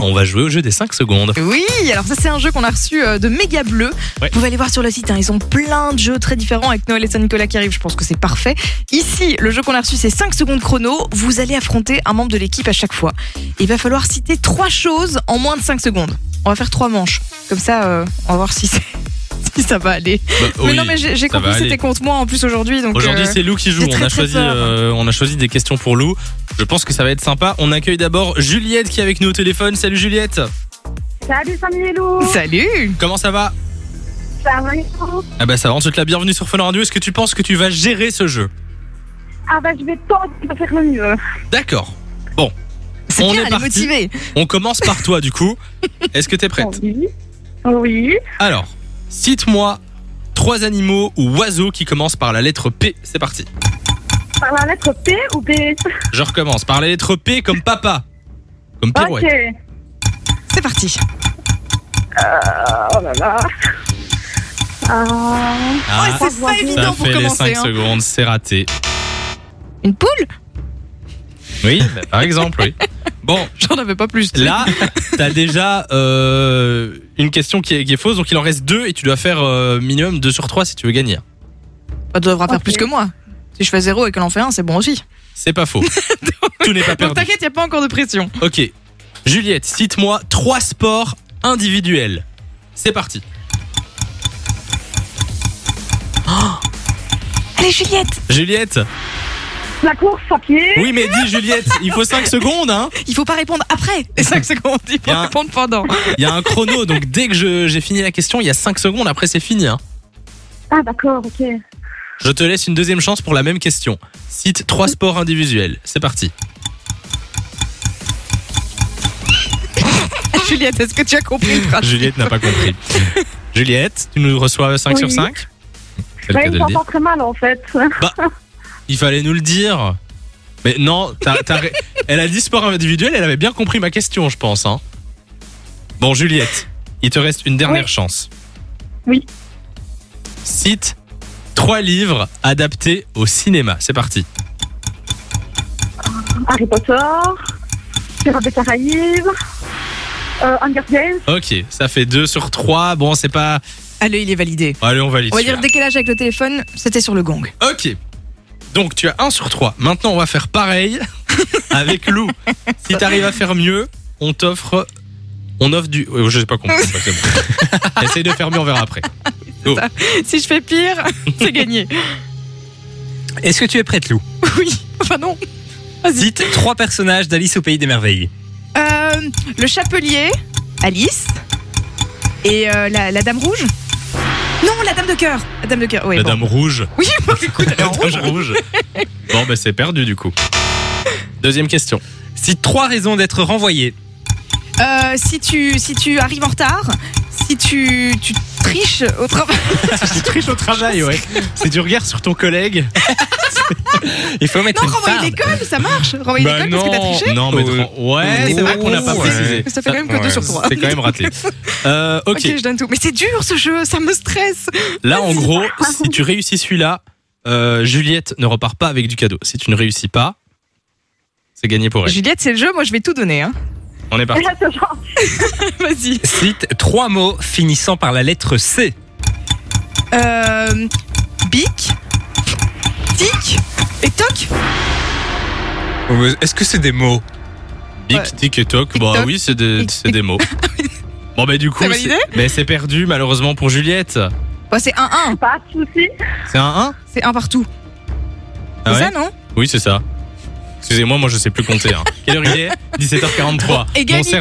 on va jouer au jeu des 5 secondes. Oui, alors ça c'est un jeu qu'on a reçu euh, de Méga Bleu. Ouais. Vous pouvez aller voir sur le site, hein, ils ont plein de jeux très différents avec Noël et Saint-Nicolas qui arrivent, je pense que c'est parfait. Ici, le jeu qu'on a reçu c'est 5 secondes chrono, vous allez affronter un membre de l'équipe à chaque fois. Il va falloir citer trois choses en moins de 5 secondes. On va faire trois manches, comme ça euh, on va voir si, c'est- si ça va aller. Bah, mais oui, non mais j'ai j'ai ça va compris, aller. c'était contre moi en plus aujourd'hui. donc, Aujourd'hui, euh, c'est Lou qui joue. j'ai on, très, a très choisi, peur. euh, on a choisi des questions pour Lou. Je pense que ça va être sympa. On accueille d'abord Juliette qui est avec nous au téléphone. Salut Juliette. Salut Samy et Lou Salut Comment ça va Ça va et vous Ah bah ça va, on te souhaite la bienvenue sur Fun Radio. Est-ce que tu penses que tu vas gérer ce jeu Ah bah je vais tenter de faire le mieux. D'accord. C'est On bien, est elle est parti. motivée. On commence par toi du coup. Est-ce que t'es prête Oui. Oui. Alors, cite-moi trois animaux ou oiseaux qui commencent par la lettre P. C'est parti. Par la lettre P ou B Je recommence par la lettre P comme papa. Comme Ah, Ok. pirouette. C'est parti. Oh là là. Euh, Ah, Ouais, c'est pas ça évident ça pour fait les 5 commencer. hein. secondes, c'est raté. Une poule Oui, bah, par exemple, oui. Bon, J'en avais pas plus. tu sais. Là, t'as déjà euh, une question qui est, qui est fausse, donc il en reste deux et tu dois faire euh, minimum 2 sur 3 si tu veux gagner. Elle devra Bah, faire Ok. plus que moi. Si je fais zéro et qu'elle en fait un, c'est bon aussi. C'est pas faux. Tout n'est pas Donc perdu. t'inquiète, y a pas encore de pression. Ok. Juliette, cite-moi trois sports individuels. C'est parti. Allez Juliette, Juliette la course à pied. Oui, mais dis Juliette, il faut 5 secondes, hein il faut pas répondre après les 5 secondes, il faut Bien. répondre pendant. Il y a un chrono, donc dès que je- j'ai fini la question, il y a 5 secondes, après c'est fini. hein. Ah d'accord, ok. Je te laisse une deuxième chance pour la même question. Cite trois sports individuels. C'est parti. Juliette, est-ce que tu as compris le principe Juliette n'a pas compris. Juliette, tu nous reçois 5 Oui. sur 5 Bah, il s'entend très mal en fait. Il fallait nous le dire. Mais non, t'as- t'as ré- elle a dit sport individuel, elle avait bien compris ma question, je pense. hein. Bon, Juliette, il te reste une dernière chance. Oui. Cite trois livres adaptés au cinéma. C'est parti. Harry Potter, Pirates des Caraïbes, euh, Hunger Games. Ok, ça fait 2 sur 3. Bon, c'est pas. Allez, Ah, il est validé. Allez, on valide. On va celui-là. dire décalage avec le téléphone, c'était sur le gong. Ok. Donc tu as 1 sur 3. Maintenant, on va faire pareil avec Lou. Si t'arrives à faire mieux, on t'offre. On offre du. ouais, Je sais pas comment. c'est pas bon. Essaye de faire mieux, on verra après. Si je fais pire, c'est gagné. Est-ce que tu es prête, Lou Oui, enfin non. Vas-y. Cite trois personnages d'Alice au Pays des Merveilles. Euh, le chapelier, Alice, et euh, la, la dame rouge Non, la dame de cœur. La dame de cœur, oui. La bon. dame rouge. Oui, bah, écoute, elle est en La dame rouge. Bon, ben c'est perdu du coup. Deuxième question. Cite trois raisons d'être renvoyé. Euh, si tu si tu arrives en retard, si tu, tu triches au travail, Tu triches au travail, ouais. Si tu regardes sur ton collègue. Il faut mettre non, une renvoyer farde. l'école, ça marche. Renvoyer Bah l'école parce que t'as triché. non, mais Euh, ouais, c'est vrai qu'on n'a pas ouais. précisé. Ça fait quand même que deux sur trois. C'est quand même raté. Euh, Ok, je donne tout. Mais c'est dur ce jeu, ça me stresse. Là, en gros, si tu réussis celui-là, euh, Juliette ne repart pas avec du cadeau. Si tu ne réussis pas, c'est gagné pour elle. Juliette, c'est le jeu. Moi, je vais tout donner. Hein. On est parti. C'est genre Vas-y. Cite trois mots finissant par la lettre C. Euh, bic, tic et toc. Est-ce que c'est des mots Big Ouais. tic et toc. Bah Tic-toc. oui, c'est des, Tic-tic. c'est des mots. Bon, bah du coup, C'est validé c'est- mais c'est perdu malheureusement pour Juliette. Bah, c'est 1-1. pas de soucis. C'est un 1 C'est un partout. C'est Ah ouais ça, non Oui, c'est ça. Excusez-moi, moi je sais plus compter. hein. Quelle heure il est 17h43. Mon cerveau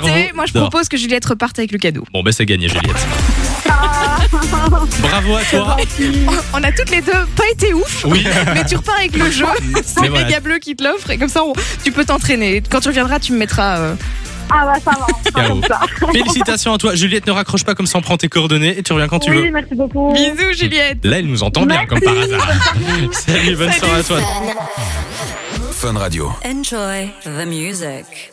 Égalité. Moi, je dort. propose que Juliette reparte avec le cadeau. Bon, bah c'est gagné, Juliette. Ah, Bravo à toi. gentil. On a toutes les deux pas été ouf. Oui. Mais tu repars avec le jeu, c'est Mais le voilà. méga bleu qui te l'offre et comme ça on- tu peux t'entraîner. Quand tu reviendras, tu me mettras. euh, Ah bah ça va. on fera Bravo. comme ça. Félicitations à toi. Juliette, ne raccroche pas comme ça, on prend tes coordonnées et tu reviens quand tu oui, veux. merci beaucoup. Bisous Juliette. Là, il nous entend bien, comme par Merci. hasard. Salut, bonne soirée à toi. Enjoy the music.